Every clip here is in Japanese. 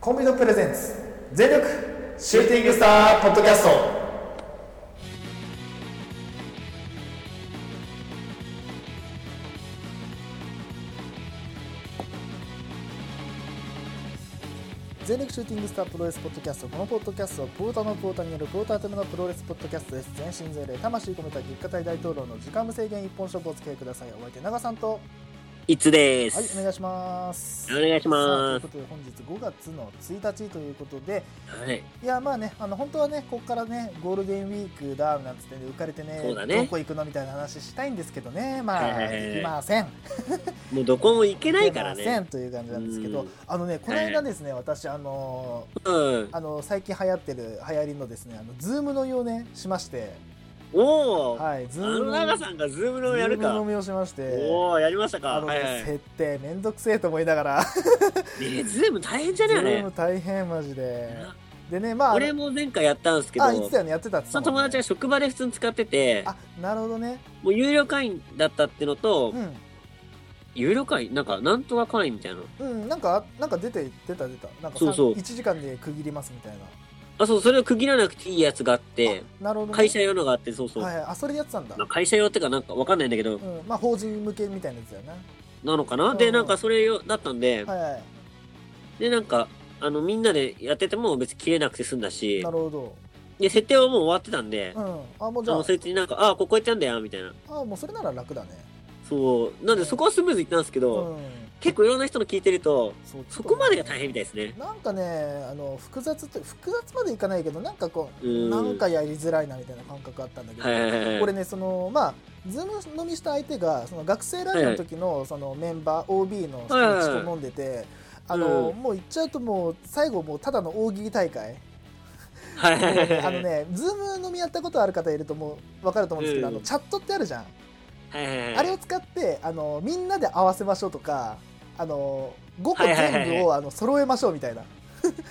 コンビのプレゼンツ全力シューティングスターポッドキャスト全力シューティングスタープロレスポッドキャストこのポッドキャストはポーターのポーターによるポーターとめのプロレスポッドキャストです全身全霊魂込めた結果体大統領の時間無制限一本勝負をお付き合いくださいお相手長さんといつではい、おす。願いします。お願いしますさあということで、本日5月の1日ということで、はい。いや、まあね、あの、本当はね、ここからね、ゴールデンウィークだ、なんつってね、浮かれてねそうだねどこ行くのみたいな話したいんですけどね、まあ、はいはいはい行きません。もうどこも行けない行きからませんね。という感じなんですけうどん、あのね、この間ですね、私、あのー、うん。あの最近流行ってる流行りのですねあのズームのみをねしましておお。あはいズームの長さんがズームのやるズームかの。みをしましておお、やりましたあか。の、はいはい。ね設定めんどくせえと思いながらズーム大変じゃズねーえムね。大変マジででねまあ俺も前回やったんですけどあ、言ってたよねやってたってその友達が職場で普通に使ってて、あなるほどねもう有料会員だったってのとう、ん有料会員なんかなんとか会員みたいな。うんなんかなんか出て出た出たなんかそうそう1時間で区切りますみたいなあ、そう、それを区切らなくていいやつがあって、あなるほど、ね、会社用のがあって、そうそう。はいはいあそれでやってたんだ、まあ会社用ってかなんかわかんないんだけう、どん、まあ法人向けみたいなやつだよねなのかうなんで、なんかそれ用だったんで、はいはで、なんか、あの、みんなでやってても別に切れなくて済んだいしな、るほどで、設定はもう終わってたんで、うあんあもうじゃの、そいつになんか、ああ、ここやってんだよ、みたいな。ああもうそれなら楽だねそう。なんで、そこはスムーズにいったんですけうど、ん結構いろんな人の聞いてると、そうそこまでが変大変みたいですね。なんかねあの複雑って複雑までいかないけどなんかこううんなんかやりづらいなみたいな感覚あったんだけど、はいはいはい。これねそのまあズーム飲みした相手がその学生ラジオの時のそのメンバー OB の人たちと飲んでて、あのうんもう行っちゃうともう最後もうただの大喜利大 会はいあはいはいはい。のねズーム飲みやったことある方いるともう分かると思うんですけど、うんあのチャットってあるじゃん、はいはいはい。あれを使ってあのみんなで合わせましょうとかあの5個全部を、はいはいはいあの揃えましょうみたいな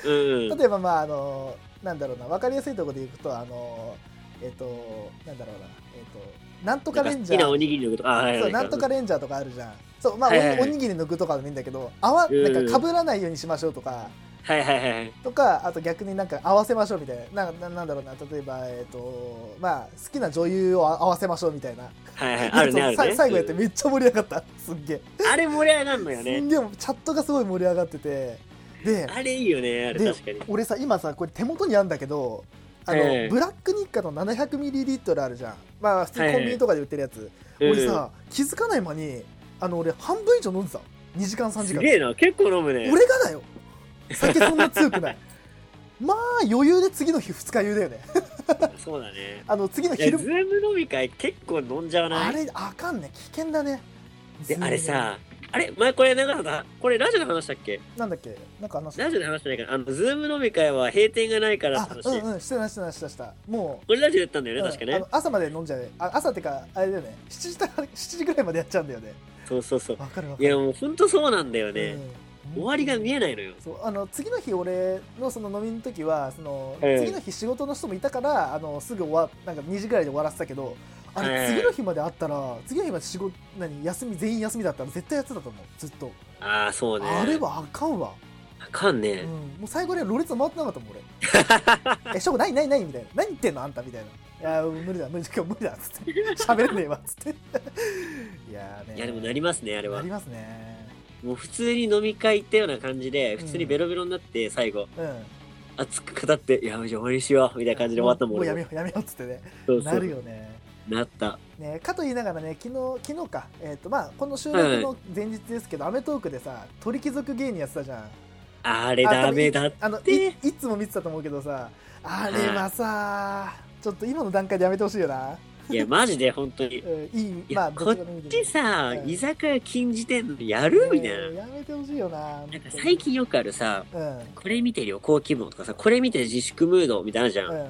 うん。例えばまああのなんだろうな分かりやすいところでいくとあのえっとなんだろうなえっとなんとかレなんンかジャ好きーなおにぎりのこと。あ、はいはいそはうい。なんとかレンジャーとかあるじゃんそうまあ、はいはいはいおにおにぎりの具とかでもいいんだけど合わうんなんか被らないようにしましょうとかはいはいはい。とかあと逆になんか合わせましょうみたいななななんだろうな例えばえっ、とまあ好きな女優を合わせましょうみたいなはい はい。あるね、やあつをさるね。最後やってめっちゃ盛り上がったすっげえうんあれ盛り上がるのよすねん。げえチャットがすごい盛り上がっててであれいいよね、あれで確かに。俺さ今さこれ手元にあるんだけどあの、ええブラック日課の 700ml あるじゃんまあ普通にコンビニとかで売ってるやつ、俺さ気づかない間にあの俺半分以上飲んでた2時間う3ん、時す間げえな、結構飲むね。俺がだよ酒そんな強くない まあ余裕で次の日二日酔いだよね そうだね。あの次のいや、昼ズーム飲み会結構飲んじゃわないあれあかんね危険だねで、あれさ、あれ前これ長野だ。これラジオで話したっけなんだっけなんか話したラジオで話してないから、あの、ズーム飲み会は閉店がないからってあう話。んうんしてたしてたしてたしてたもう俺ラジオやったんだよね、確かうんあねの。朝まで飲んじゃうあ朝ってかあれだよね7時だ ,7 時ぐらいまでやっちゃうんだよねそうそうそう。わかるわかいるや、もうほんとそうなんだよね。うん終わりが見えないのよ。そうあの次の日俺のその飲みの時はその、ええ次の日仕事の人もいたからあのすぐ終わなんか2時ぐらいで終わらせたけどあれ、ええ次の日まであったら次の日まで仕事何休み全員休みだったら絶対やってたと思うずっと、ああ、そうね。あれはあかんわ、あかんうんね。、もう最後にはろれつ回ってなかった もん俺えしょうないないないみたいな何言ってんのあんたみたいないや無理だ無理だ今日無理だっつって 喋れねえわっつっていやーねいや、でもなりますね、あれなはり。ますねもう普通に飲み会行ったような感じで、ん普通にベロベロになって、最後、うん熱く語って、いや、じゃあ終わりにしよう、みたいな感じで終わったもん。もうやめよようやめようっつってねそうそなるう。よねなった。ねかと言いながらね昨日昨日か、えーとまあ、この収録の前日ですけど『アメトーーク』でさ鳥貴族芸人やってたじゃんあれあダメだ。あのいでいつも見てたと思うけどさあれはさちょっと今の段階でやめてほしいよな、いや、マジで本当に。うん、いいいやまあどちらでもいいこけっどちさ、うん居酒屋禁じてんのやるみたいうんな。やめてほしいよななんか最近よくあるさ、うんこれ見て旅行気分とかさ、これ見て自粛ムードみたいなのあるじゃん。うん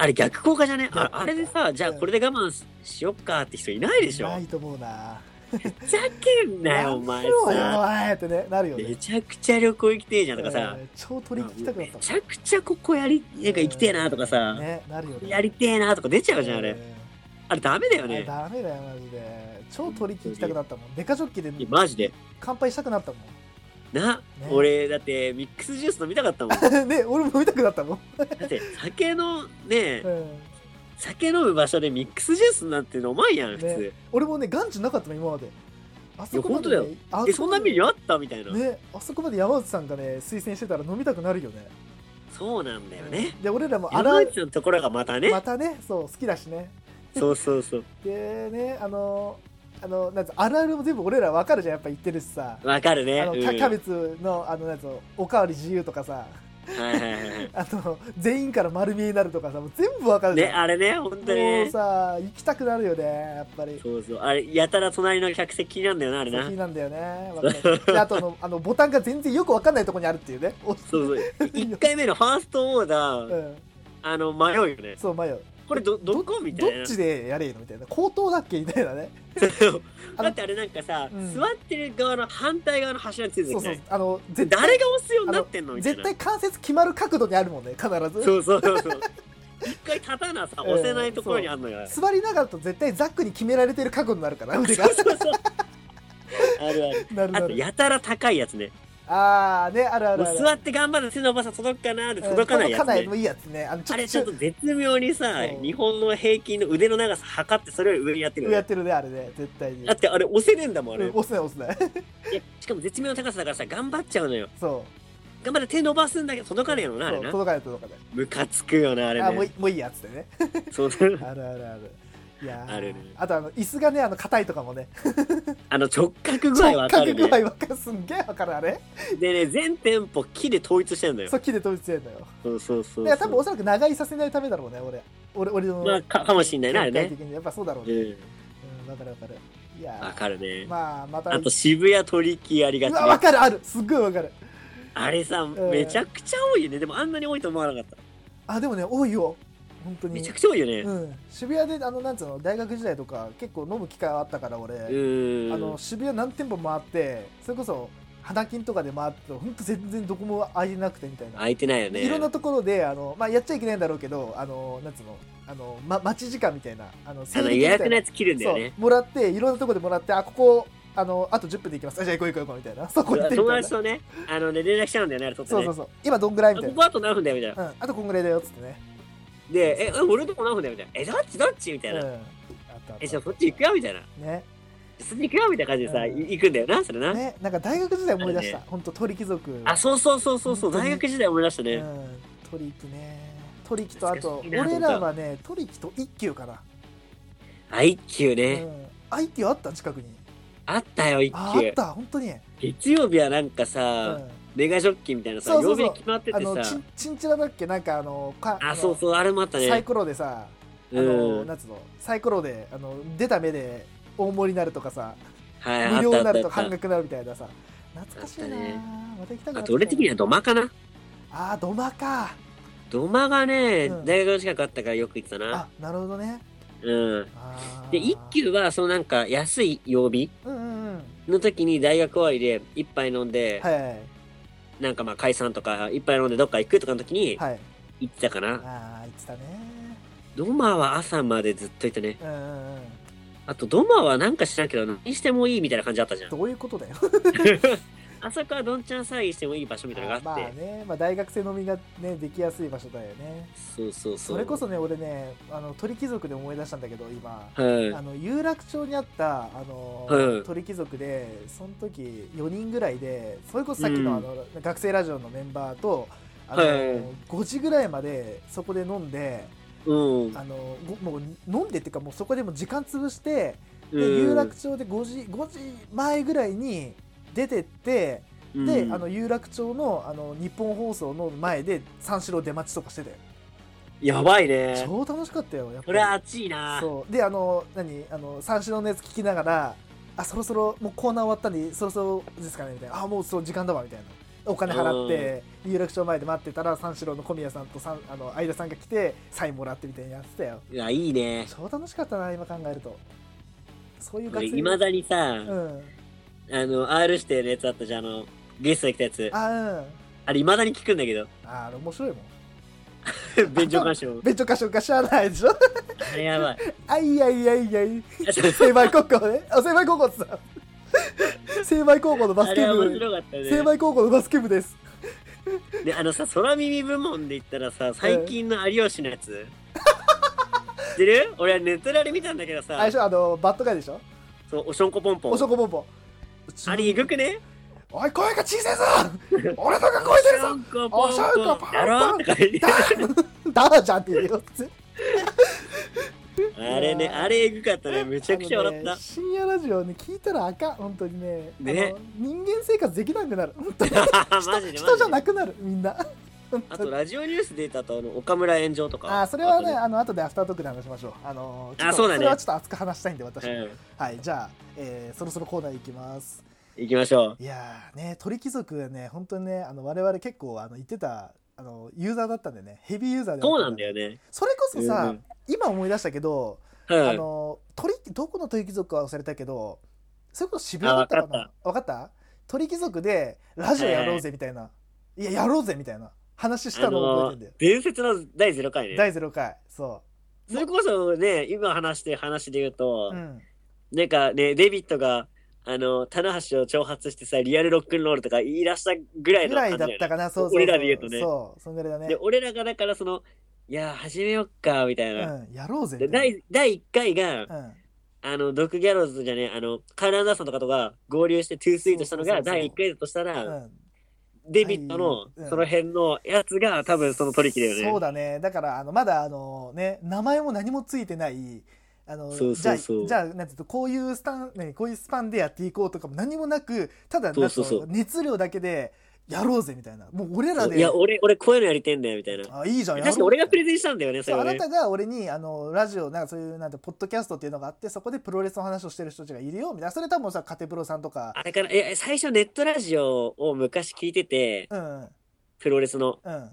あれ逆効果じゃねあ逆効果あれでさ、じゃあこれで我慢ししよっかって人いないでしょないと思うなふざけんなよ、お前そうよさ。おいってねなるよめねちゃくちゃ旅行行きてえじゃんとかさう、ん超鳥聞きたくなっめたもんちゃくちゃここやり、なんか行きてえなとかさ、ねなるよねやりてえなとか出ちゃうじゃん、あうれ。あれダメだよあれね。ダメだよマジで超取り聞きたくなったもんデカジョッキでいやマジで。乾杯したくなったもん な、ね俺、だって、ミックスジュース飲みたかったも ん。だね俺も飲みたくなったもん、って、酒の、ねう、ん、酒飲む場所でミックスジュースなんて飲まんやん、普通ね。俺もね眼中なかったの今まであそこまで、いやね、あえ、そんなメニュューあったみたいな。ねあそこまで山内さんがね推薦してたら飲みたくなるよねそうなんだよね。で俺らもあ山ら内さんのところがまたねま。たねそう好きだしねそうそうそう。でねあのあのなんつうあるあるも全部俺らわかるじゃんやっぱ言ってるしさわかるね。あのうキんャキャベツのあのなんつうのおかわり自由とかさはいはいはいはいあの全員から丸見えになるとかさもう全部わかるじね、ゃん、あれね、本当にもうね。さ行きたくなるよねやっぱりそうそう。あれ、やたら隣の客席なんだよな、あれな。先なんだよねわかるであとのあのボタンが全然よくわかんないとこにあるっていうねおそうそう。一回目のファーストオーダうー、ん、あの、迷うよね。そう迷うこれど、どこみたいどなっ。ちでやれのみたいな口頭だっけみたいなねそうあの だってあれなんかさ、うん座ってる側の反対側の柱についてそるうじそゃうないあの絶対誰が押すようになってんのみたい絶な。対関節決まる角度にあるもんね必ずそうそうそうそう。一回立たなさ、うん押せないところにあんのよ。座りながらと絶対ザックに決められてる角度になるから腕そがうそうそう。あるある。なるなあと、るやたら高いやつね。ああねあるあもるあうる座って頑張る手のばさ届くかなーでうん届かないやつ、届かないねのいいやつねあのちょあっとれちょっと絶妙にさうん日本の平均の腕の長さ測ってそれより上にやってるよやっねてるねあれね絶対にだってあれ押せねえんだもんあれ、うん押すね押すねいやしかも絶妙な高さだからさ頑張っちゃうのよ そう頑張って手伸ばすんだけど届かねえのなあそれうな届かない届かないムカつくよなあれねあもういもういいやつでね そう そうあるあるあるいやーあるねあとあの椅子がねあの硬いとかもねあの直角具合わかる直角具ね合わかるすんげえわかるあれでね全店舗木で統一してんだよそう木で飛びついてんだよそうそうそいうそうや多分おそらく長居させないためだろうね俺俺俺のまあかかもしんないなあれ段階ね的にやっぱそうだろううねんうんわかるわかるいやーわかるね、まあまたあと渋谷取り木ありがうちわわねかるあるすっごいわかるあれさ、めちゃくちゃ多いよねでもあんなに多いと思わなかったあでもね多いよ本当にめちゃくちゃ多いよね。うん、渋谷であのなんつうの大学時代とか結構飲む機会あったから俺、うーん。あの渋谷何店舗回ってそれこそ花金とかで回って本当全然どこも空いてなくてみたいな、空いてないよね。いろんなところであの、まあ、やっちゃいけないんだろうけどあのなんつうのあの、ま、待ち時間みたいなあのあ整の理券予みたい約のやつ切るんだよね。そうもらっていろんなところでもらってあここあのあと10分で行きますあじゃあ行こう行こう行こうみたいなそこ行ってみ友たいな達とね、あのね、連絡しちゃうんだよね、あれ撮ってそうね。そうそう今どんぐらいみあたいこなこあと何分だよみたいな。うん、あとこんぐらいだよっつってね、で、え、え俺のとこ何分だよみたいな。え、どっちどっちみたういん、あな。とあとえ、じゃあそっち行くよみたいな。ねそっち行くよみたいな感じでさ、うんい行くんだよな、それな。ねなんか大学時代思い出しあた本当鳥貴族あ、そうそうそうそうそう、本当に大学時代思い出したうね。ん、鳥貴ね鳥貴とあと懐かしいな俺らはね鳥貴と一休かな、あ、一級うね。ん、あ一休あった近くにあったよ、一ああっ級。た本当に、うん、月曜日はなんかさ、メガジョッキみたいなさ、そうそう曜そう日に決まってあてのさち。んちんちらだっけなんかあのかあ、のそうそう、あれもあったサイね。コロでさあうのん。夏のサイコロであの出た目で大盛りになるとかさはい、あ無っ料たになるあとったあ半っ額になるみたいなさ懐かしいなあったねまた行きたくた。なあっと、俺的には土間かな。ああ土間か土間がね、うん大学の近くあったからよく行ってたなあなるほどねうんあーで一級はそのなんか安い曜日うんうんうんの時に大学終わりで一杯飲んで、はいはいなんかまあ解散とか一杯飲んでどっか行くとかの時にはい行ってたかな、ああ言ってたねドマは朝までずっといてねうんうんうんあとドマはなんか知らんけど何してもいいみたいな感じあったじゃんどういうことだよ あそこはどんちゃん騒ぎしてもいい場所みたいなのがまああって、ね、まあ、大学生飲みがねできやすい場所だよねそうそうそそうれこそね俺ねあの鳥貴族で思い出したんだけど今はいあの有楽町にあったあの、うん鳥貴族でその時4人ぐらいでそれこそさっきの,、うんあの学生ラジオのメンバーとあの、はい5時ぐらいまでそこで飲んでうんあのごもう飲んでっていうかもうそこでもう時間潰してでうん有楽町で5時 ,5 時前ぐらいに出てってで、うんあの有楽町のあの日本放送の前で三四郎出待ちとかしてたよやばいね超楽しかったよやっぱりこれは熱いなそうであの何あの三四郎のやつ聞きながらあそろそろもうコーナー終わったんでそろそろですかねみたいなあもうそう時間だわみたいなお金払って有楽町前で待ってたら三四郎の小宮さんとさんあの相田さんが来てサインもらってみたいにやってたよいやいいね超楽しかったな今考えるとそういういまだにさ、うんあの、R 指定のやつあったじゃん、あの、ゲストで来たやつ。ああうんれ、いまだに聞くんだけど、 ああれ面白いもん便所鑑賞。便所か所か知らないでしょ あれやばい。あいやいやいやいそう狭い高校ねあ狭い高校ってさ精米高校のバ あスケれは面部白かった精ね。米高校のバスケ部ですで、あのさ、空耳部門で言ったらさ、最近の有吉のやつ。知ってる俺はネットであれ見たんだけあどれさでし、ょあのバットガイでしょそう、おしょんこぽんぽおしょん。こぼんぼんあれ、いくくねおい声が小さいぞ俺のが超えてるぞんこぽんおしょんこぽんぽぽんん。だろとか言って だーじゃんって言うよあれね、あれえぐかったね。めちゃくちゃ笑っあのたね。深夜ラジオね聞いたらあかん本当にねねあの人間生活できなくなる本当に マジで人じゃマなくジで。なるみんな本あ当と、にラジオニュースで言ったと、あの、岡村炎上とか。あそれはねああの後でアフタートークで話しましょうあのちょっとあそうだねれはちょっと熱く話したいんで私とも、ね。はいじゃあ、えーそろそろコーナー行きますうん。行きましょう。いやーね鳥貴族はね本当にねあの我々結構あの言ってたあのユーザーだったんでねヘビーユーザーでそうなんだよよね。それこそさ、うん今思い出したけどうん。あの鳥どこの鳥貴族か忘れたけどそれこそ渋谷だったかな分かった鳥貴族でラジオやろうぜみたいな、いややろうぜみたいな話したのを覚えてんだよ、伝説の第0回ね。第0回そそれこそね、今話してる話で言うとう、、うん、なんかね、デビットが、あの、棚橋を挑発してさ、リアルロックンロールとか言い出したぐらいぐのら感じいだったよねかなそうそうそう俺らで言うとねそうそんぐらいだねで、俺らがだからその、いやー、始めよっか、みたいな。うん、やろうぜでみたい第第1回が、なうんあの、ドクギャローズじゃねえ、あの、カール・アンダーソンとかとか合流してトゥースイートしたのそがうそうそうそう第1回だとしたら、うんデビットのうんその辺のやつが多分その取り引きだそようね。だねだからあのまだあのね名前も何もついてないあのそうそうそうじゃあじゃあなんていうとこういうスタン何こういうスパンでやっていこうとかも何もなくただそうそうそうなんか熱量だけでやろうぜみたいなもう俺らでいや、俺、俺こういうのやりてんだよ、みたいな。あいいじゃんやろう確か俺がプレゼンしたんだよね、そそれうあをなね。たが俺にあのラジオなんかそういうなんてポッドキャストっていうのがあってそこでプロレスの話をしてる人たちがいるよみたいなそれ多分さカテプロさんとかあれから、え、最初ネットラジオを昔聞いてて、うんうんプロレスの。うん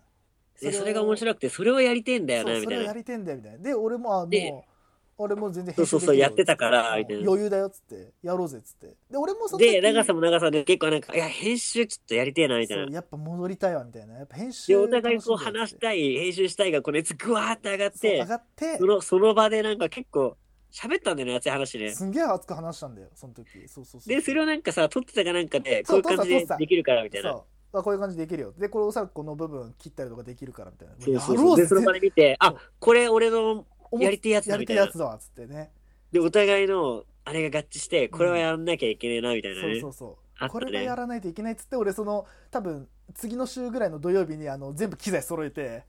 で、それがを面白くて、それをやりてんだよそな、うみそたれをいやな。りてんだよみたいなで俺もあでもう俺も全然そうそうそう、やってたから、みたいな。余裕だよっつってやろうぜっつってで俺もその時で、長さも長さで結構なんか、いや、編集ちょっとやりてえな、みたいそうな。やっぱ戻りたいわみたいなやっぱ編集で、お互いこう話しいたい、編集したいが、このやつぐわーって上がっそう上て、がってその、その場でなんか結構、喋ったんだよね、熱い話ね。すんげえ熱く話したんだよその時そうそうそうで、それをなんかさ、撮ってたかなんかで、そこういうう感じ撮ってでたできるから、みたいな。そうあこういう感じでできるよでこれをさこの部分切ったりとかできるからみたいなそうそうやそろう。うぜで、その場で見て、そあう、これ俺の思っやりてえやつやだ、りみてたえやいなつ。だわっつってねで、お互いの、あれが合致して、これはやんなきゃいけねえな、みたいなそうねそ。うそう、あったねこれがやらないといけないっつって俺その多分次の週ぐらいの土曜日にあの全部機材揃えて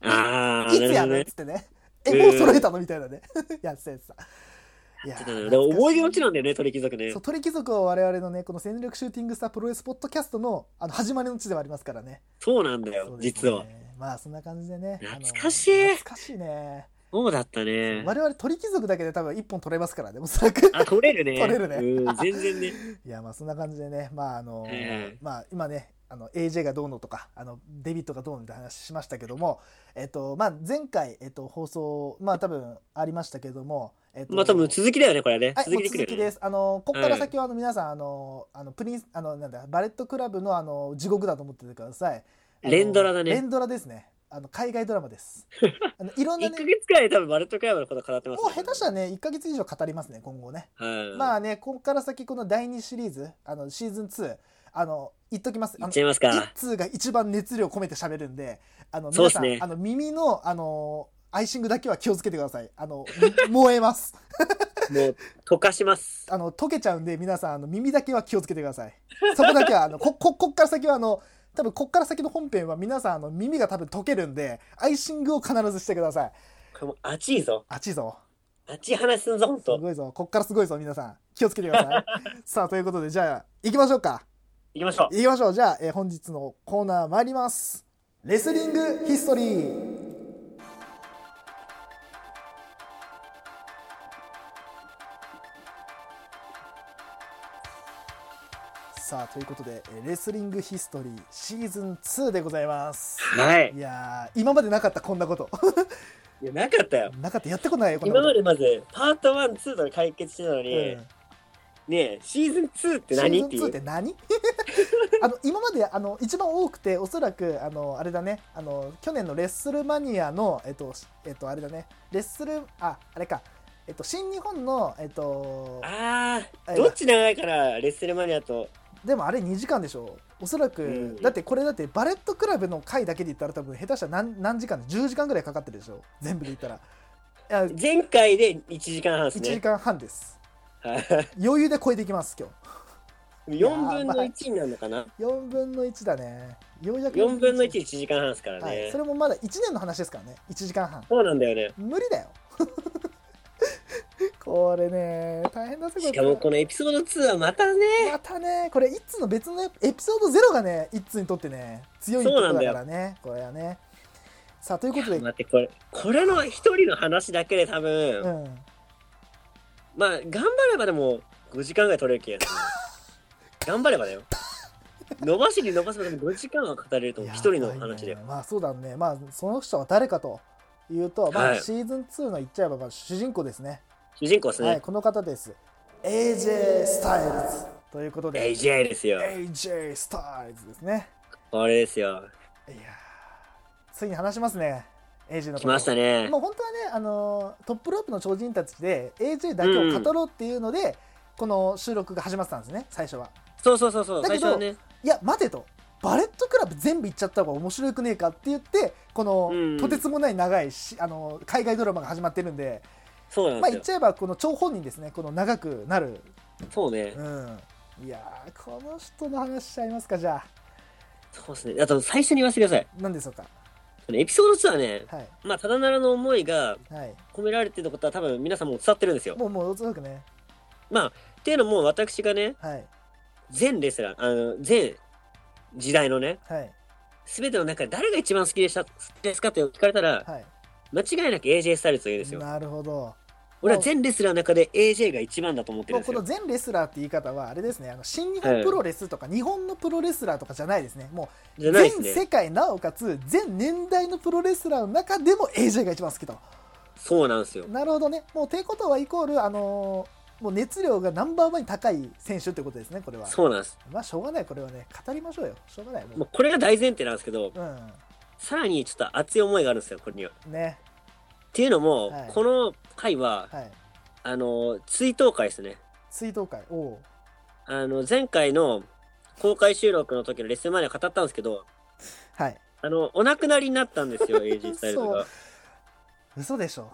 あいー、つなやるほどるっね。つってね。うえ、んもう揃えたのみたいなね。 やってたやつさ。いやちょっとねでも思い出落ちなんだよね、鳥貴族ねそ。う鳥貴族は我々のねこの戦力シューティングスタープロレスポッドキャストのあの始まりの地ではありますからねそうなんだそよう、です実ねは。まあそんな感じでねあの懐かしい懐かしいねそうだったね。我々鳥貴族だけで多分一本取れますからねおそらくあ、取れるね。取れるねうん、全 然ね。いやまあそんな感じでねまああの、はいはいまあ今ねあの AJ がどうのとかあのデビットがどうのって話しましたけどもえっとまあ前回えっと放送まあ多分ありましたけどもえっとまあ多分続きだよね、これはね。はい、続もうきでく続るきよねで。す。あの、ここから先は、あの、皆さん、あの、あの、プリンス、あの、なんだ、バレットクラブの、あの、地獄だと思っててください。あの連ドラだね連ドラですね。あの、海外ドラマ です。あのいろんな1ねヶ、月くらいで多分バレットクラブのこと語ってますね。もう下手したらね、一ヶ月以上語りますね、今後ね。はい。まあね、ここから先、この第二シリーズ、あの、シーズン2、あの、言っときます。あいっのちゃいますか。一通が一番熱量込めて喋るんで、あの、そ皆うっさすん、ねあの、耳の、あの、アイシングだけは気をつけてください。あの、燃えます。もう、溶かします。あの溶けちゃうんで皆さんあの耳だけは気をつけてくださいそこだけはあのこここっから先はあの多分こっから先の本編は皆さんあの耳が多分溶けるんでアイシングを必ずしてくださいこれもう熱いぞ。熱いぞ熱い話すんぞ、ほんすと。ごいぞこっからすごいぞ皆さん気をつけてくださ いさあということでじゃあ行きましょうか行きましょう。行きましょうじゃあ、えー本日のコーナー参りますレスリングヒストリーさあということで、えーレスリングヒストリーシーズン2でございますはいい。やー今までなかったこんなこと いや、なかったよ。なかったやってこないよこんなこ今まとでまず、パート1、2とか解決してたのに、うんねえ、シーズン2って何シっーていズン2っうて。何 あの今まであの一番多くておそらくあのあれだねあの去年のレッスルマニアのえっとしえっとあれだねレッスルああれかえっと、新日本の、えっと、あああ、どっち長いから、レッスルマニアと。でもあれ2時間でしょおそらく、うんだってこれだってバレットクラブの回だけで言ったら多分下手したら何何時間で10時間ぐらいかかってるでしょ全部で言ったらいや前回で1時間半です1ね時。間半ですはい余裕で超えていきます今4分の1になるのかな日4分の1だねようやく ?4 分の1、1時間半ですからはいねそ。れもまだ1年の話ですからね1時間半そうなんだよね。無理だよ これね大変だぜしかもこのエピソード2はまたね、またねこれ一通の別のエピソードゼロがね一通にとってね強いところだからねこれはねさあということで待って、これ、これの一人の話だけで多分、うんまあ、頑張ればでも5時間ぐらい取れる気がす る。頑張ればだよ。伸ばしに伸ばせばでも5時間は語れると思う。一人の話でやばいね。まあそうだねまあその人は誰かというと、まはあ、いシーズン2の言っちゃえば、まあ、主人公ですね主人公ですはいね。この方です AJ スタイルズということで AJ ですよ。 AJ スタイルズですねこれですよ。いやーついに話しますね AJ のこと来ましたね。もう本当はね、あのートップロープの超人たちで AJ だけを語ろうっていうので、この収録が始まってたんですね最初はそうそうそうそう。だけ最ど初はね。いや待てとバレットクラブ全部行っちゃった方が面白くねえかって言ってこの、うんとてつもない長いし、あのー海外ドラマが始まってるんでそうなんまあで言っすよ。ちゃえばこの張本人ですねこの長くなるそうねう。んいやーこの人の話しちゃいますかじゃあそうですね。あと最初に言わせてください。何でしょうかそのエピソード2はね、はいまあ、ただならの思いがはい込められてることは多分皆さんもう伝わってるんですよ。もうもうおそらくねまあ、っていうのも私がね、はい全レスラー、あの、全時代のね、はいすべての中で誰が一番好きでしたですかって聞かれたら、はい間違いなく AJ スタイルズと言うんですよ。なるほど俺は全レスラーの中で AJ が一番だと思ってるもんうですこのよ。全レスラーって言い方はあれですねあの新日本プロレスとか日本のプロレスラーとかじゃないですねもじうゃないで全す世ね。界なおかつ全年代のプロレスラーの中でも AJ が一番好きとそうなんですよ。なるほどねもうてことはイコールあのーもう熱量がナンバーワンに高い選手ってことですねこれはそうなんです。まあしょうがないこれはね語りましょうよしょうがないももううこれが大前提なんですけど、うさらにちょっと熱い思いがあるんですよ、これには。っんねていうのも、はいこの回は、はいあの、追悼会ですね。追悼会おうあの、前回の公開収録の時のレッスン前には語ったんですけど、はいあの、お亡くなりになったんで すよ、AJ スタイルズそうが。嘘でしょ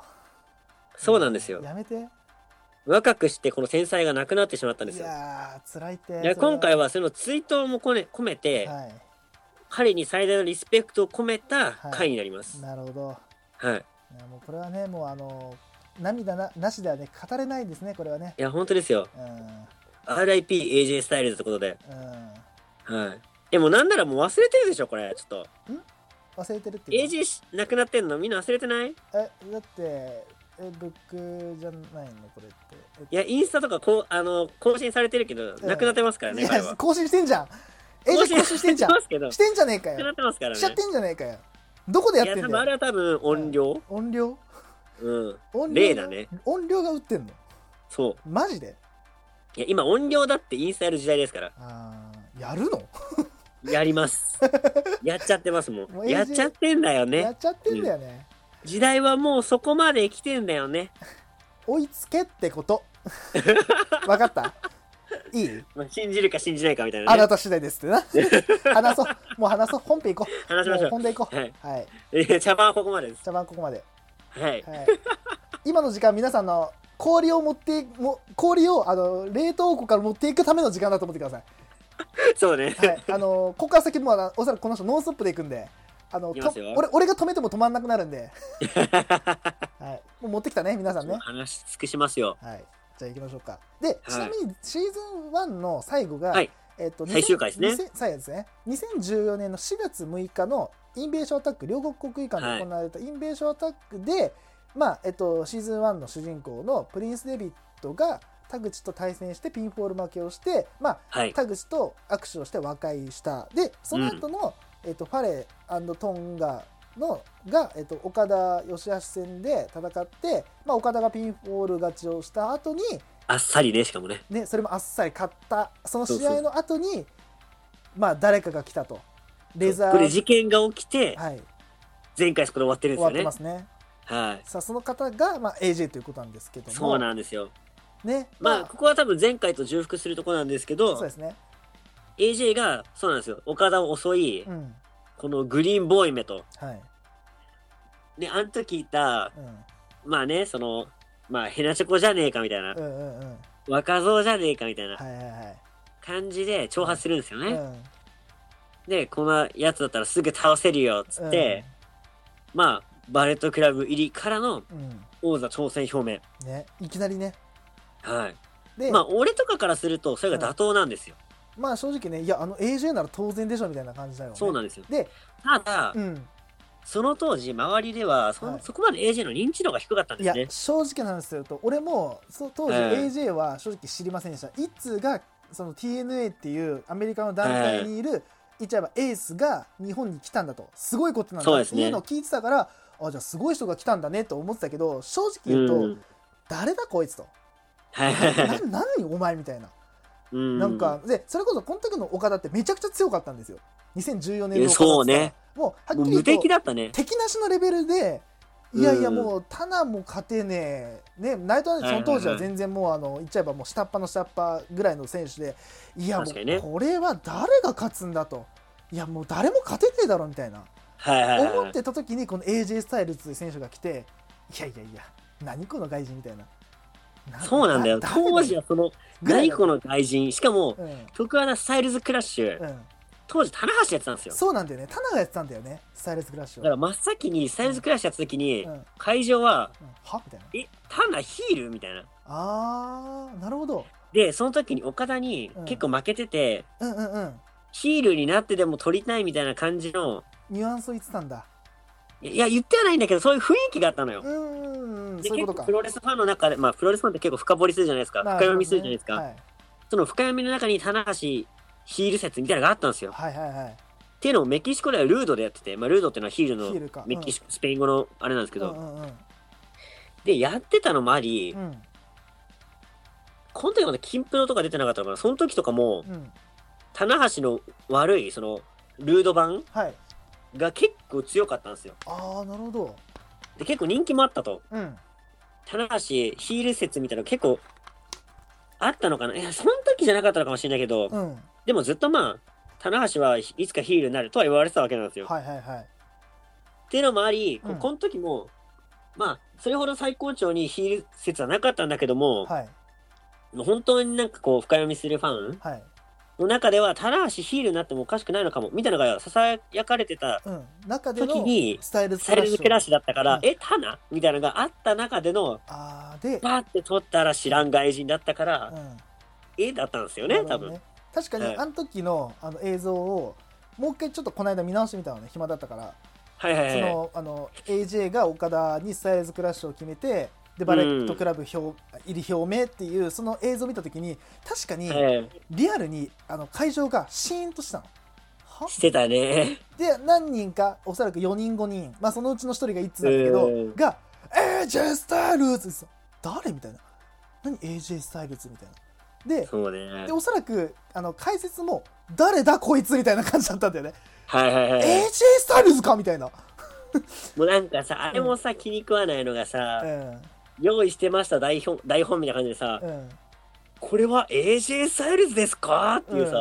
そうなんですよ。やめて若くしてこの天才が亡くなってしまったんでいすよ。やー辛いってで今回はその追悼も込め込めて、はい彼に最大のリスペクトを込めた回になります。なるほどはい。いい、やもうこれはねもうあの涙ななしではね語れないですねこれはねや、本当ですよ。うん RIPAJ スタイルズってことで。うんはい。でもなんならもう忘れてるでしょ、これ。ちょっと。忘れてるっていうか AJ し亡くなってんのみんな忘れてないいえだってえブックじゃないのこれってえや、インスタとかこうあの更新されてるけど、ん亡くなってますからいね、彼やは。更新してんじゃんえじゃあ更新してんじゃんますけど、し亡てんじゃねえかくなよってますからしね。ちゃってんじゃねえかよどこでやいっや、て多ん分だあよれは多分音量。音量うん。音量例だね音量が売ってんのそう。マジでいや、今音量だってインスタやる時代ですから。あーやるの、や ります。やっちゃってますもん。もう AJ やっちゃってんだよやね。っちゃってんだよね、時代はもうそこまで来てんだよね。追いつけってこと わかったいいまあ、信じるか信じないかみたいなあねな。た次第ですって な話そうもう話そう本編行こう話しましもょう本題行こうはいはい、う。いや茶番はここまでです。茶番ここまで、はい。はい、今の時間皆さんの氷を持っても氷をあの冷凍庫から持っていくための時間だと思ってください、そうね。はい、 あのここから先もうあのおそらくこの人ノンストップで行くんであの行きとますよ俺俺が止めても止まんなくなるん で、はい、もう持ってきたね皆さんね、話し尽くしますよ。はい、じゃあ行きましょうかでちなみにシーズン1の最後が、はいえっと最終回ですね2000最後ですね2014年の4月6日のインベーションアタック両国国技館で行われたインベーションアタックで、まあえっと、シーズン1の主人公のプリンス・デビットが田口と対戦してピンフォール負けをして、まあ、はい。田口と握手をして和解したでその後の、えっとファレートンガのが、えっと岡田義橋戦で戦って、まあ、岡田がピンフォール勝ちをした後に、あっさりね、しかもね。ね、それもあっさり勝ったそのそう試そう合の後にまあ誰かが来たとレザーこれ事件が起きて、はい、前回そこで終わってるん終でわすよってねま。すねはい。さあその方が、まあ、AJ ということなんですけどもそうなんですよ。ねまあ、ここは多分前回と重複するとこなんですけどそう、ですね AJ が、そうなんですよ。岡田を襲い、うんこのグリーンボーイめと。はい、ね、あの時いた、うん、まあね、その、まあ、ヘナチョコじゃねえかみたいなう、んうんうん若造じゃねえかみたいなはいはいはい感じで挑発するんですようね。んで、このやつだったらすぐ倒せるよ、つって、まあ、バレットクラブ入りからのうんうん王座挑戦表明。ねいきなりねはい。で、ままあ、あ、俺とかからすると、それが妥当なんですよ。正直ねいやあの AJ なら当然でしょみたいな感じだよ、ね、そうなんんですよ。でただ、うんその当時、周りではそん、はいそこまで AJ の認知度が低かったんいでやすね。正直な話すると俺もそ当時ええ AJ は正直知りませんでした、一通がその TNA っていうアメリカの団体にいる、言っちゃえばエースが日本に来たんだとすごいことなんそうだでっすてねいうのを聞いてたから、あじゃあすごい人が来たんだねと思ってたけど正直言うと、うん。誰だこいつ とはいはいは。ない何お前みたいな、うんなんか、でそれこそこの時の岡田ってめちゃくちゃ強かったんですよ2014年の岡田ってさそうねもうはっきもうり言無うと敵だったね。敵なしのレベルでいやいやうんもうタナも勝てねえねナイトアナその当時は全然もうあの言っちゃえばもう下っ端の下っ端ぐらいの選手でいやも確かにねうこれは誰が勝つんだといやもう誰も勝てねえだろみたいなはいはいはい思はっい。てた時にこの AJ スタイルズという選手が来ていやいやいや何この外人みたいなそうなん だよ。当時はその、何このの外人、しかも、うん徳穴スタイルズクラッシュ、うん当時、棚橋やってたんですよ。そうなんだよねタナがやってたんだよねスタイルズクラッシュだをから真っ先にスタイルズクラッシュやった時にうん、うん会場は、はみたいなえ、タナヒールみたいな。あーなるほどで、その時に岡田にうん結構負けてて、うんうんうんヒールになってでも取りたいみたいな感じの、ニュアンスを言ってたんだいや、言ってはないんだけど、そういう雰囲気があったのよう。ーんでそういうこと結構かプロレスファンの中で、まあ、プロレスファンって結構深掘りするじゃないですか。深な読みするじゃないですか。はいその深読みの中に、棚橋ヒール説みたいなのがあったんですよ。っはいはいはいていうのをメキシコではルードでやってて、まあ、ルードっていうのはヒールヒールかのうんメキシコ、スペイン語のあれなんですけうど、んうんうんで、やってたのもありう、んこの時まだ金プロとか出てなかったのかな。その時とかも、うん棚橋の悪い、その、ルード版はいが結構強かったんですよ。ああなるほどで、結構人気もあったと。うん棚橋ヒール説みたいなの結構あったのかないやその時じゃなかったのかもしれないけど、うんでもずっとまあ棚橋はいつかヒールになるとは言われてたわけなんですよ。はいはいはいっていうのもあり、こうんこの時もまあそれほど最高潮にヒール説はなかったんだけども、はい本当になんかこう深読みするファンはいの中では棚橋ヒールになってもおかしくないのかもみたいなのがささやかれてた。うん中での時にスタイルズサイルズクラッシュシュだったから、うんえ、タナみたいなのがあった中での、ああでバーって取ったら知らん外人だったから、うんえだったんですよね、なるほ多ど分。確かに、はいあの時のあの映像をもう一回ちょっとこの間見直してみたのね暇だったから、はいはいはそい。のあの AJ が岡田にスタイルズクラッシュを決めてでバレットクラブ表、入り表明っていうその映像を見た時に確かにえリアルにあの会場がシーンとしたの。はえしてたね。で何人かおそらく4人5人、まあ、そのうちの1人が1通なんだけど、うんが「AJ スタイルズ!」誰みたいな何 AJ スタイルズみたいなでそうねで。おそらくあの解説も「誰だこいつ」みたいな感じだったんだよねはいは「いはい。 AJ スタイルズか」みたいな、もうなんかさ、あれもさ、気に食わないのがうさ、ん用意してました台本、台本みたいな感じでさ、うん、これは AJ サイルズですかっていうさ、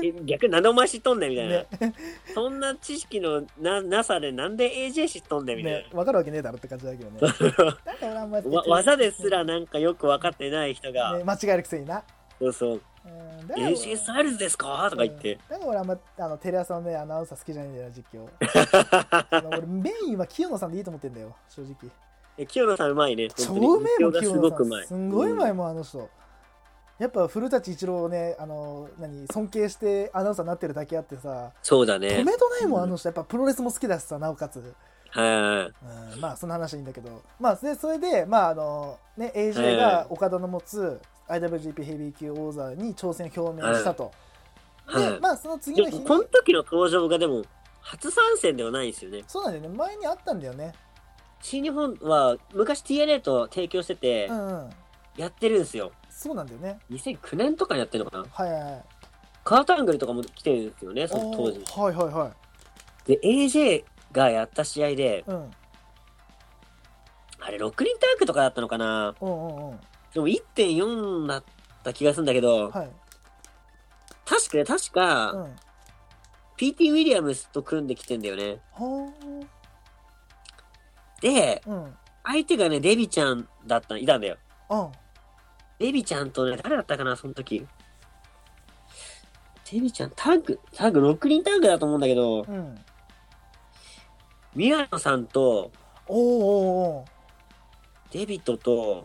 え逆に何でお前知っとんねんみたいな。ねそんな知識のななさでなんで AJ 知っとんねんみたいね分かるわけねえだろって感じだけどねなんか俺あんまりな。わ技ですらなんかよく分かってない人が、ね間違えるくせにな、そうそう、うん、だから俺 AJ サイルズですかとか言ってうん、だから俺あんまあのテレ朝のねアナウンサー好きじゃないんだよな実況 あの俺メインは清野さんでいいと思ってんだよ正直え清野さんうまいね。超う本当めにえもん実況が清す野ごさくうんまい。すんごいうまいん。もんあの人やっぱ古舘一郎をねあの何尊敬してアナウンサーになってるだけあってさそうだ止ね。めどないもんうんあの人やっぱプロレスも好きだしさなおかつ、はいはいはい。うん、まあその話はいいんだけどまあでそれでまああのね AJ が岡田の持つ IWGP ヘビー級王座に挑戦表明したと、はいでまあその次での日もにこの時の登場がでも初参戦ではないんですよねそうなんだよね前にあったんだよね新日本は昔 TNA と提供しててうんうんやってるんですよそうなんだよね2009年とかにやってるのかなはいはいはいカートアングルとかも来てるんですよねそのお当時ーはいはいはいで AJ がやった試合でうんあれ、6人タークとかだったのかなうんうんうんでも1.4だった気がするんだけど、はい確かね、確か、うん PT ウィリアムスと組んできてんだよね。はで、あうん相手がね、デビちゃんだった、いたんだよ。あデビちゃんとね、誰だったかな、その時。デビちゃん、タッグ、タッグ、6人タッグだと思うんだけど、うん宮野さんと、おおおーおーデビトと、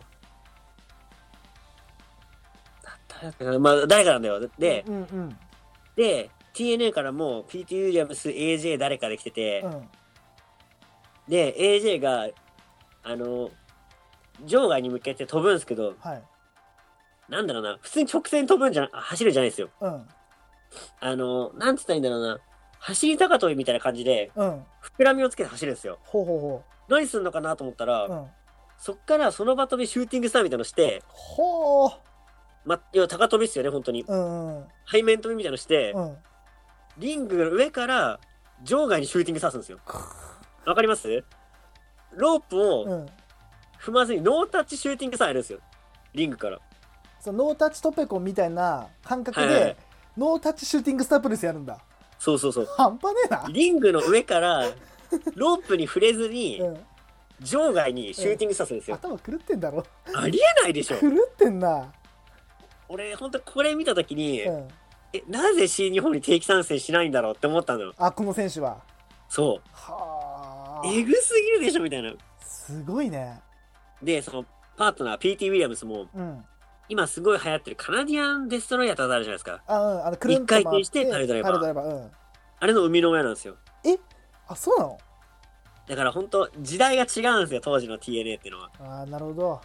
だ誰だったかな、まあ、誰かなんだよ。で、うんうんで、TNA からも PT ウィリアムス、AJ 誰かで来てて、うんで、AJ が、あの、場外に向けて飛ぶんですけど、はいなんだろうな、普通に直線飛ぶんじゃな、走るじゃないですよ。うんあの、なんつったらいいんだろうな、走り高跳びみたいな感じで、うん膨らみをつけて走るんですよ。ほうほ何するのかなと思ったら、うほううんそっからその場飛びシューティングスターみたいなのして、ほうま、要は高跳びですよね、本当に。うんうん背面飛びみたいなのして、うんリングの上から場外にシューティング刺すんですよ。わかりますロープうをん踏まずにノータッチシューティングスターやるんですよ。リングから。そのノータッチトペコンみたいな感覚はいはいでノータッチシューティングスタープレスやるんだそうそうそう。半端ねえなリングの上からロープに触れずにうん、場外にシューティング刺すんですよ。頭狂ってんだろありえないでし狂ょってんな、俺ほんとこれ見た時に、うん、えなぜ新日本に定期参戦しないんだろうって思ったのよあこの選手はそはうえあぐすぎるでしょみたいなすごいねでそのパートナー PT ウィリアムスもうん今すごい流行ってるカナディアンデストロイヤーってあるじゃないですかあうんあのくるんと一回転して回タるルドライバーうんあれの生みの親なんですよあそうなのだから本当時代が違うんですよ当時の TNA っていうのはあーなるほど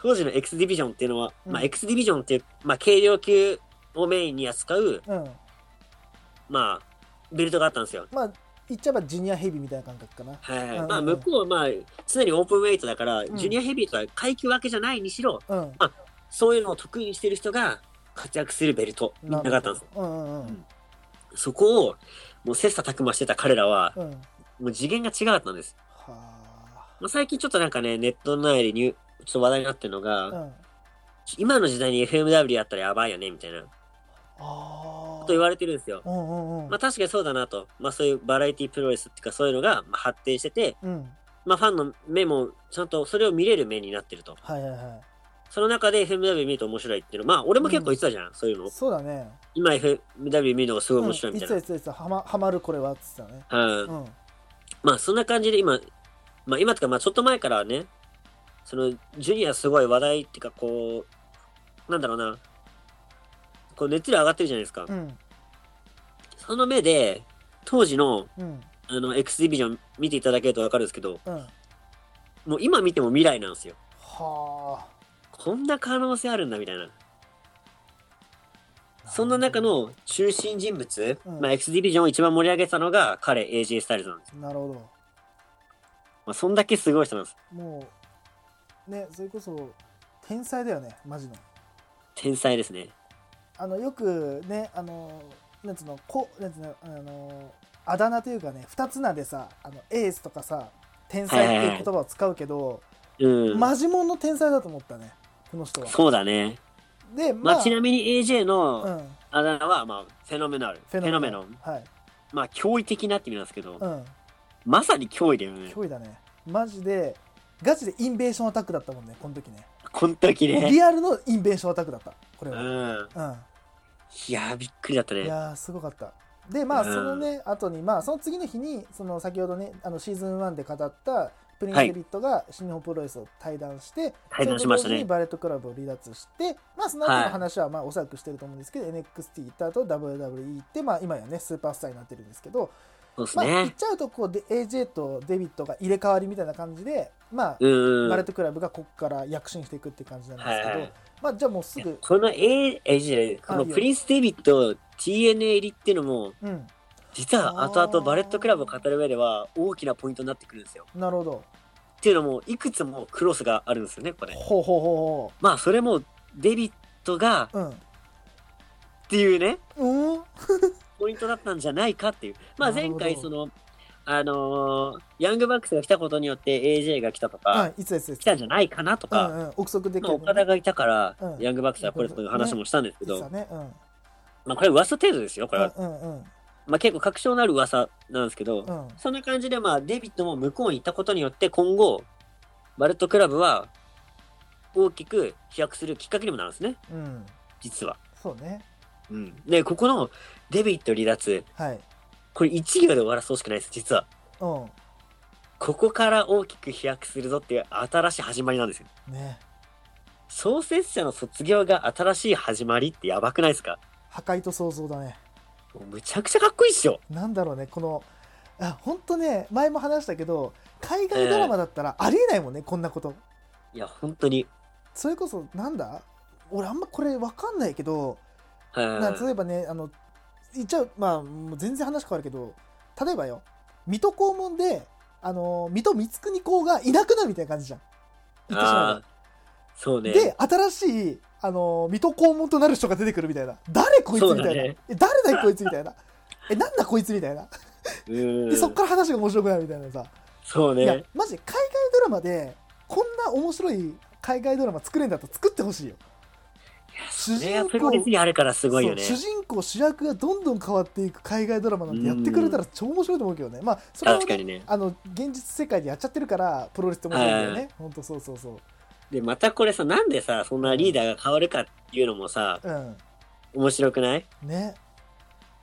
当時の X ディビジョンっていうのは、うんまあ X ディビジョンっていう、まあ、軽量級をメインに扱ううんまあベルトがあったんですよまあ言っちゃえばジュニアヘビみたいな感覚かなはいはいうんまあ向こうはまあ常にオープンウェイトだから、んジュニアヘビーとは階級分けじゃないにしろうんそういうのを得意にしてる人が活躍するベルトみんながあったんですすうんうんうんそこをもう切磋琢磨してた彼らはうんはもう次元が違かったんです、あまあ、最近ちょっとなんかねネットの中でニューちょっと話題になってるのが、うん今の時代に FMW やったらやばいよねみたいなこああと言われてるんですようんうんうんまあ確かにそうだなと、まあ、そういうバラエティプロレスっていうかそういうのがまあ発展してて、うんまあ、ファンの目もちゃんとそれを見れる目になってるとはいはいはその中で FMW 見ると面白いっていうのまあ俺も結構言ってたじゃん、そういういのそうだね今 FMW 見るのがすごい面白いみたいな、うん、いついついつはまはまるこれはっつってたねはいうんまあそんな感じで今まあ今とかまあちょっと前からねそのジュニアすごい話題っていうかこうなんだろうなこう熱量上がってるじゃないですか、うんその目で当時のうんあの X ディビジョン見ていただけると分かるんですけどうんもう今見ても未来なんですよはこんな可能性あるんだみたいなあそんな中の中心人物、うんまあ、X ディビジョンを一番盛り上げてたのが彼 AJ スタイルズなんです、なるほどまあ、そんだけすごい人なんですもうねそれこそ天才だよねマジの天才ですねあのよくねあのなんつうのこなんつうのあのあだ名というかね二つ名でさあのエースとかさ天才っていう言葉を使うけど、うん、マジモンの天才だと思ったねこの人はそうだねでまあ、まあちなみに AJ の、うんあだ名は、まあ、フェノメナル。フェノメノン。はいまあ、驚異的なって意味なんですけど、うんまさに脅威だよね。脅威だねマジでガチでインベーションアタックだったもんねこの時ねこの時ね。リアルのインベーションアタックだったこれうはん。ういやー、びっくりだったんいね。やーすごかったでまあうんそのね後にまあその次の日にその先ほどねあのシーズン1で語ったプリンス・デビットが新日本プロレスを退団して、退団しましたそれと同時にね。バレットクラブを離脱して、まあ、その後の話はまあおそらくしてると思うんですけど、NXT 行った後 WWE 行って、まあ、今やねスーパースターになってるんですけど、そうですまあ、言っね。ちゃうとこうで AJ とデビットが入れ替わりみたいな感じで、まあ、うん。バレットクラブがここから躍進していくって感じなんですけど、はいはいまあじゃあもうすぐ、この A- AJ じゃない、こあのいいよプリンス・デビット TNA 入りっていうのも、うん、実は後々バレットクラブを語る上では大きなポイントになってくるんですよ。なるほど、っていうのも、いくつもクロスがあるんですよね、これ。ほうほうほまあ、それもデビットがうほう、っていうね、うん、うん、ポイントだったんじゃないかっていう。まあなる前ほど回そのあのーヤングバックスが来たことによって AJ が来たとか、はい、いつですいつ来たんじゃないかなとうか、んうん、憶測でまあ、岡田がいたから、うんヤングバックスはこれという話もしたんですけいつど、だね。うん。まあ、これ噂程度ですよ、これは。うんうんまあ、結構確証のある噂なんですけど、うん。うん。そんな感じで、まあ、デビットも向こうに行ったことによって、今後、バルトクラブは大きく飛躍するきっかけにもなるんですね、うん。実は。そうね。うん、で、ここのデビット離脱、はい。これ1行で終わらせてほしくないです、実は。うここから大きく飛躍するぞっていう新しい始まりなんですよ。ん。ね。創設者の卒業が新しい始まりってやばくないですか破壊と想像だね。もうむちゃくちゃかっこいいっしょ。なんだろうね、この、あ、本当ね、前も話したけど、海外ドラマだったらありえないもんね、こんなこと。いや、本当に。それこそ、なんだ俺あんまこれわかんないけど、はいな例えばね、あの、言っちゃう、まあ、もう全然話変わるけど、例えばよ、水戸黄門で、あの、水戸光圀公がいなくなるみたいな感じじゃん。言ってしまえばああ。そうね。で、新しい、あのー水戸黄門となる人が出てくるみたいな。誰こいつみたいそな。うだねえ誰だいこいつみたいな。え、なんだこいつみたいな。うーんで、そっから話が面白くなるみたいなさ。そういやね。、マジ、海外ドラマで、こんな面白い海外ドラマ作れんだったら作ってほしいよ。主ねや人プロレス公、にあるからすごいよね。そう主人公、主役がどんどん変わっていく海外ドラマなんてやってくれたら超面白いと思うけどね。まあ、それはね確かにね。あの、現実世界でやっちゃってるから、プロレスって面白いんだよね。ほんとそうそうそう。で、またこれさ、なんでさ、そんなリーダーが変わるかっていうのもさ、うん。面白くないね。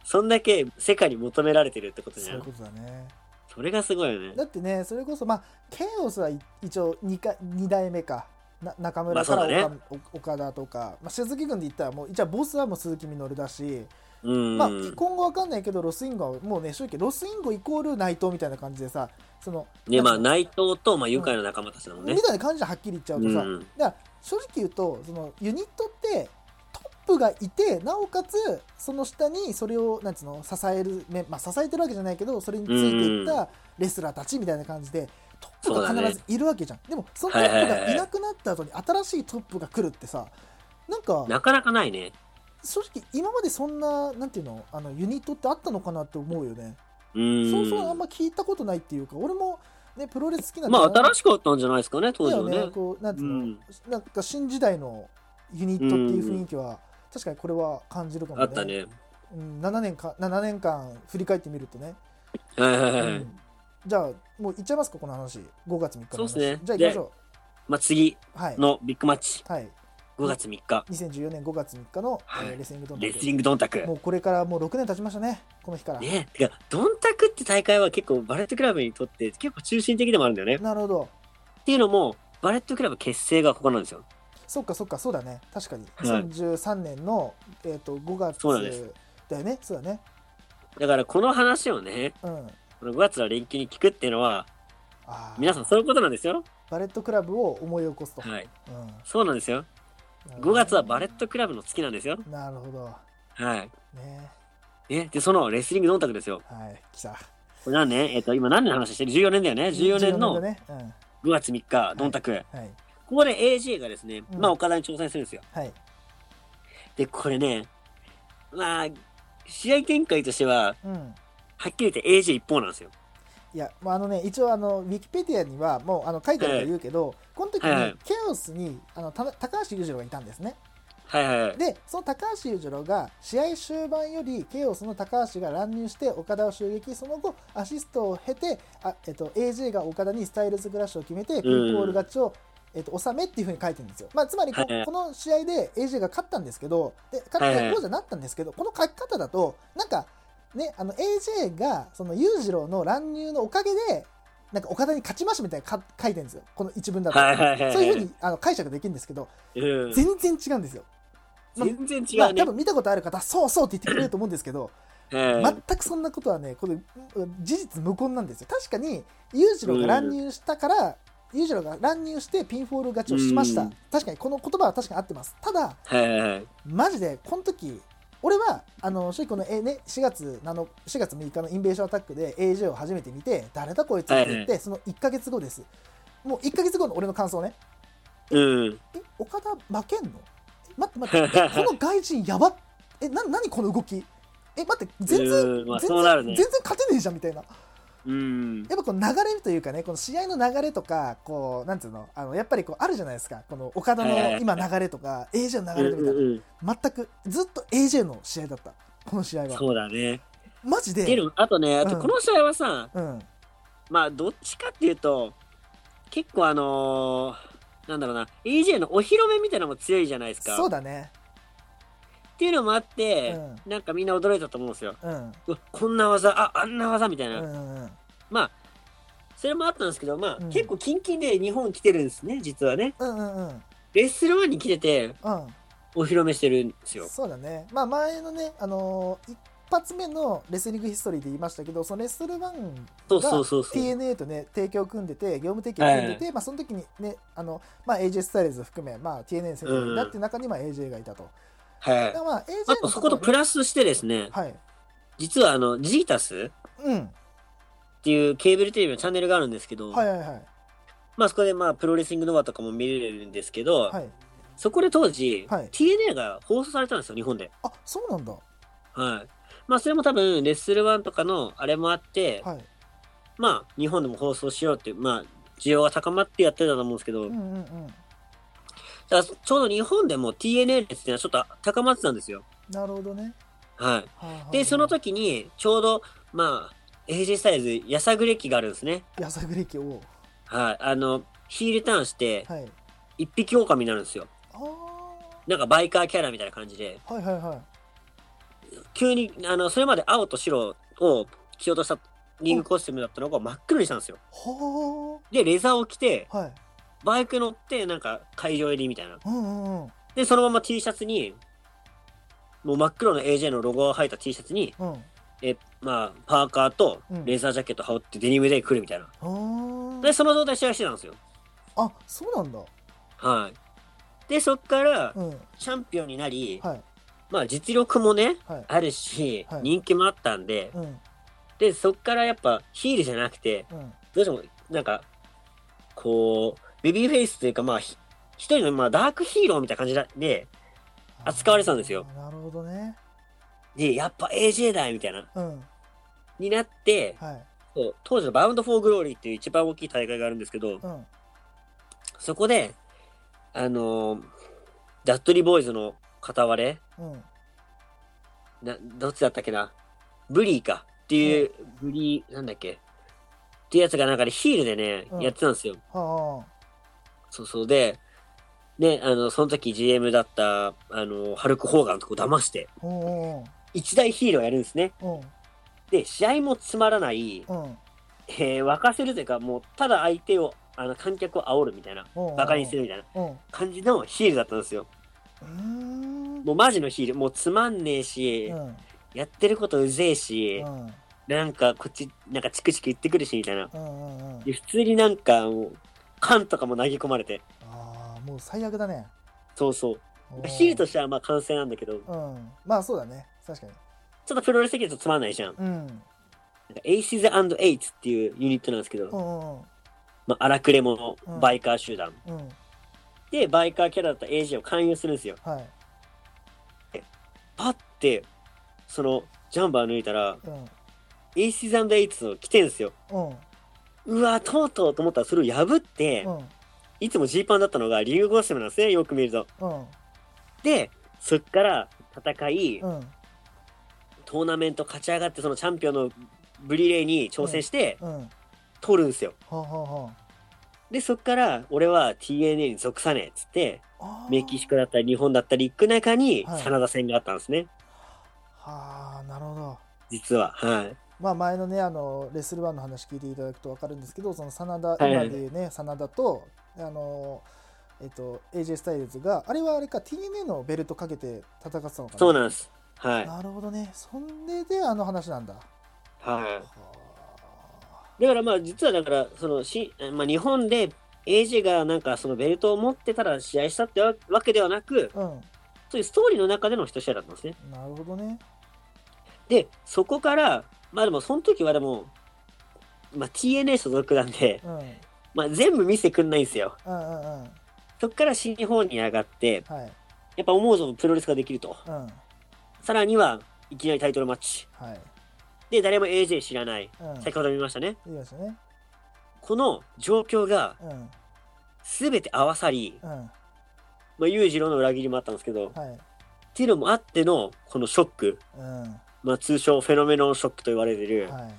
そんだけ世界に求められてるってことじそゃういうこん。とだね。それがすごいよね。だってねそれこそまあケイオスはい一応 2, か二代目かな中村からまあそうだ岡,、岡田とか、まあ、鈴木軍で言ったらもう一応ボスはもう鈴木みのるだし、うーん。まあ、今後わかんないけどロスインゴはもうね正直ロスインゴイコール内藤みたいな感じでさそのね、まあ、なん内藤と、まあ、愉快な仲間たちだもんつうのみ。ねたいな感じではっきり言っちゃうとうさ、ん。だから正直言うとそのユニットってトップがいてなおかつその下にそれをなんつうの支えるめ、まあ、支えてるわけじゃないけどそれについていっうんうたレスラーたちみたいな感じでトップそうだねが必ずいるわけじゃん、でもそのトップはいはいはがいいなくなった後に新しいトップが来るってさなんかなかなかないね。正直今までそんななんていうのあのユニットってあったのかなって思うよね、うーん。そうそうあんま聞いたことないっていうか俺も、ね、プロレス好きなんまあ、新しい新しかったんじゃないですかね、当時はだよねね。こうなんつうの、うんなんか新時代のユニットっていう雰囲気は、確かにこれは感じるかもあねったね。うん、7, 年か7年間振り返ってみるとね、はいはいはうい。んじゃあもういっちゃいますかこの話5月3日の話そうっすねじゃあ行きましょまあ、次うはい、のビッグマッチ、はい、 5月3日、 2014年5月3日の、はいえーレスリングドンタレクスリングドンタクも。うこれからもう6年経ちましたねこの日から、ねてか、ドンタクって大会は結構バレットクラブにとって結構中心的でもあるんだよね。なるほどっていうのも、バレットクラブ結成がここなんですよ。そっかそっかそうだね確かにはい2013年の、えー、と5月そうなんですだよねそうだねだからこの話をね、うんこの5月の連休に聞くっていうのは、あー皆さんそういうことなんですよ。バレットクラブを思い起こすと、はい。うんそうなんですよ。5月はバレットクラブの月なんですよ。なるほど。はい。ね。ね、で、そのレスリングドンタクですよ。はい。来た。これ何ね、えっ、と、今何年の話してる ?14 年だよね。14年14のだね。う5月3日、ドンタク。ん。はい。ここで AJ がですね、うんまあ岡田に挑戦するんですよ。はい。で、これね、まあ、試合展開としては、うん。はっきり言って AJ 一方なんですよ。いや、まあ、あのね、一応、あの、ウィキペディアには、もう、あの、書いてあるから言うけど、この時に、はいはいケオスに、あの、た高橋裕次郎がいたんですね。はいはいはい。で、その高橋裕次郎が、試合終盤より、ケオスの高橋が乱入して、岡田を襲撃、その後、アシストを経て、あえっと、AJ が岡田にスタイルズクラッシュを決めて、ピンクオール勝ちを、えっと、収めっていうふうに書いてるんですよ。まあ、つまりこ、はいはいこの試合で AJ が勝ったんですけど、で勝はっいはて王い者になったんですけど、この書き方だと、なんか、ね、あの AJ がその裕次郎の乱入のおかげで、なんか岡田に勝ちましたみたいなか書いてるんですよ、この一文だと。はいはいはいはいそういうふうにあの解釈できるんですけど、うん、全然違うんですよ。全然違まうあ、ね多。分見たことある方、そうそうって言ってくれると思うんですけど、うん全くそんなことはね、これうん事実無根なんですよ。確かに裕次郎が乱入したから、裕次郎が乱入してピンフォール勝ちをしました。うん確かにこの言葉は確かに合ってます。ただ、はいはいはい。マジでこの時俺はあの正直この、えね、4, 月7 4月6日のインベーションアタックで AJ を初めて見て誰だこいつって言って、その1か月後ですもう1か月後の俺の感想ねうん。え岡田負けんのえ待って待 ってえこの外人やばっえな何この動きえ待って全然うんまあ全そうなる然ね全然勝てねえじゃんみたいなうん。やっぱこの流れというかね、この試合の流れとか、こう、なんつうの、あの、やっぱりこう、あるじゃないですか。この岡田の今流れとか、AJ のう流んれみたいうんな。全く、ずっと AJ の試合だった。この試合うん、は。そうだね。マジでで。あとね、あうとんこの試合はさ、うん。まあ、どっちかっていうと、結構あのーなんだろうな、EJ のお披露目みたいなのも強いじゃないですか。そうだね。っていうのもあっうて、ん。なんかみんな驚いたと思うんですよ。うん。うわこんな技、あ、あんな技みたいうんな。うんうん。まあ、それもあったんですけど、まあ、うん結構近々で日本来てるんですね、実はね。うんうんうん。レッスルワンに来てて、うん。お披露目してるんですよ。そうだね。まあ前のね、あのー一発目のレスリングヒストリーで言いましたけど、そのレッスルワンそうそうそうそう。 TNA とね、提携を組んでて、業務提携を組んでて、まあその時にね、あの、まあ AJ スタイルズ含め、まあ TNA の選手がいたっていう中に、まあ AJ がいたと。はいだか。らまあ AJ のあと、そことプラスしてですね、はい。実はあの、ジータスうん。っていうケーブルテレビのチャンネルがあるんですけど、はいはいはい。まあそこでまあプロレスリングノアとかも見れるんですけど、はい。そこで当時、はい TNA が放送されたんですよ、日本で。あ、そうなんだ。はい。まあそれも多分、レッスルワンとかのあれもあって、はい。まあ日本でも放送しようっていう、まあ需要が高まってやってたと思うんですけど、うんだうんうん。からちょうど日本でも TNA 率っていうのはちょっと高まってたんですよ。なるほどね。ははいはいはいい。で、その、時に、ちょうど、まあ、AJ サイズ、やさぐれ期があるんですね。やさぐれ機を。はい。あの、ヒールターンして、はい。一匹狼になるんですよ。ああ。なんかバイカーキャラみたいな感じで、はいはいはい。急に、あの、それまで青と白を着ようとしたリングコスチュームだったのが真っ黒にしたんですよ。ほで、レザーを着て、ー。はい。バイク乗って、なんか会場入りみたいな。うんうんうん。で、そのまま T シャツに、もう真っ黒の AJ のロゴが入った T シャツに、うん。え、まあ、パーカーとレザージャケット羽織ってデニムで来るみたいな。あで、その状態試合してたんですよ。あそうなんだはい。で、そっからうんチャンピオンになり、はいまあ実力もね、はいあるし、はい人気もあったんで、うんで、そっからやっぱヒールじゃなくて、うんどうしても、なんか、こう、ベビーフェイスというか、まあ、ひ一人の、まあ、ダークヒーローみたいな感じだで、扱われてたんですよあーなるほどねで、やっぱ AJ だみたいな、うんになって、はいそう当時のバウンド・フォー・グローリーっていう一番大きい大会があるんですけど、うんそこで、あのーダッドリー・ボーイズの片割れ、うんな、どっちだったっけな、ブリーかっていう、ブリー、なんだっけ、っていうやつがなんかでヒールでねう、んやってたんですよ。はそうそうで、ね、あの、その時 GM だった、あの、ハルク・ホーガンとこ騙して、あうんうん一大ヒーローやるんですね。うんで、試合もつまらない、うんえー沸かせるというか、もう、ただ相手を、あの、観客を煽るみたいな、うん馬鹿にするみたいなうんう感じのヒールだったんですよ。ーんもうマジのヒール、もうつまんねえし、うんやってることうぜえし、うんなんかこっち、なんかチクチク言ってくるし、みたいな。うんうんうんで普通になんかもう、缶とかも投げ込まれて、ああもう最悪だねそうそう。おヒールとしてはまあ完成なんだけど、うんまあそうだね確かにちょっとプロレス的だとつまんないじゃん。うんなんか Aces and Eights っていうユニットなんですけど、うんうんまあ、荒くれ者のバイカー集団、うんで、バイカーキャラだった AJ を勧誘するんですよ。はいパッて、その、ジャンバー抜いたら、うん Aces and Eights の来てんすよ。うんうわとうとうと思ったらそれを破って、うんいつもジーパンだったのがリングゴスムなんですね、よく見ると。うんで、そっから戦い、うんトーナメント勝ち上がって、そのチャンピオンのブリレーに挑戦して、うんは取るんですよ。あはあはで、そっから、俺は TNA に属さねえっつって、ああーメキシコだったり日本だったり行く中にはい真田戦があったんですね、はあなるほど実ははいまあ、前のねあのレッスルワンの話聞いていただくと分かるんですけどその真田、い今でいうね真田とあのえっと AJ スタイルズがあれはあれか TNA のベルトかけて戦ってたのかなそうなんですはいなるほどねそんでであの話なんだははあいだからまあ実はだからそのし、まあ、日本で AJ がなんかそのベルトを持ってたら試合したってわわけではなくうんそういうストーリーの中での一試合だったんですねなるほどねでそこからまあでもその時はでも、まあ、TNA 所属なんで、うんうんまあ、全部見せてくんないんですようんうんそこから新日本に上がってはいやっぱ思うぞプロレスができるとうんさらにはいきなりタイトルマッチはいで、誰も AJ 知らない。うん先ほど見ましたね。いいですねこの状況がうんうん全て合わさり、はまあ、裕次郎の裏切りもあったんですけど、いっていうのもあっての、このショック、うんまあ、通称フェノメノンショックと言われてる、はい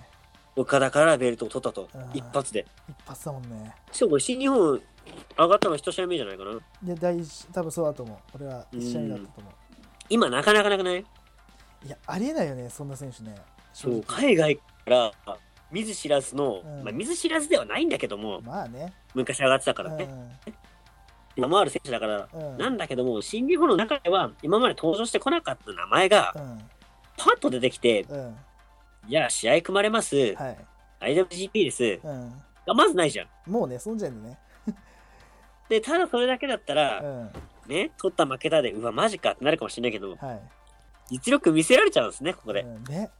岡田からベルトを取ったとうん、一発で。一発だもんねしかも新日本上がったの一試合目じゃないかな。で第一多分そうだと思う俺は一試合目だったと思う今なかなかなくないいやありえないよねそんな選手ね正そ直う海外から見ず知らずの、うんまあ、見ず知らずではないんだけども、まあね昔上がってたからね、今回る選手だから、うんうんなんだけども、新日本の中では今まで登場してこなかった名前がうんパッと出てきて、うんじゃあ試合組まれます、はい IWGP です、うんがまずないじゃん。もうねそんじゃんでねで、ただそれだけだったうら、んね、取った負けたで、うわ、マジかってなるかもしれないけど、はい実力見せられちゃうんですね、ここで。うんね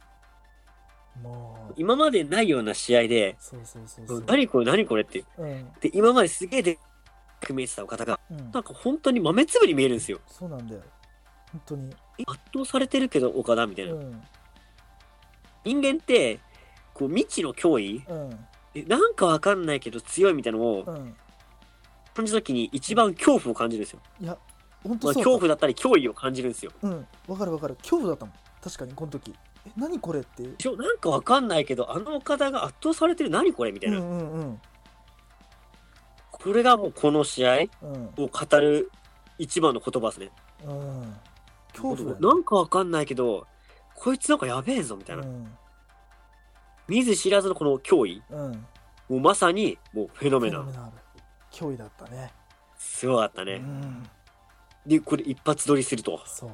もう今までないような試合で、そうそうそうそう何これ、何これって。うんで、今まですげえで組めてたお方が、うんなんか本当に豆粒に見えるんですよ。そうなんだよ本当にえ圧倒されてるけど、岡田みたいな。うん人間って、こう、未知の脅威、うんえなんかわかんないけど強いみたいなのをうん感じた時に一番恐怖を感じるんですよ。いや本ま当あ、そう恐だ怖だったり脅威を感じるんですよ。うんわかるわかる恐怖だったもん確かにこの時え何これっていうちょなんかわかんないけど、あの方が圧倒されてる、何これみたういんな、うんうんこれがもうこの試合うんを語る一番の言葉ですね。うん恐怖だよねなんかわかんないけど、こいつなんかやべえぞみたいな。見ず知らずのこの脅威、うんうんもうまさにもうフェノメナル。ナル脅威だったねすごかったうね。んで、これ一発撮りすると。そう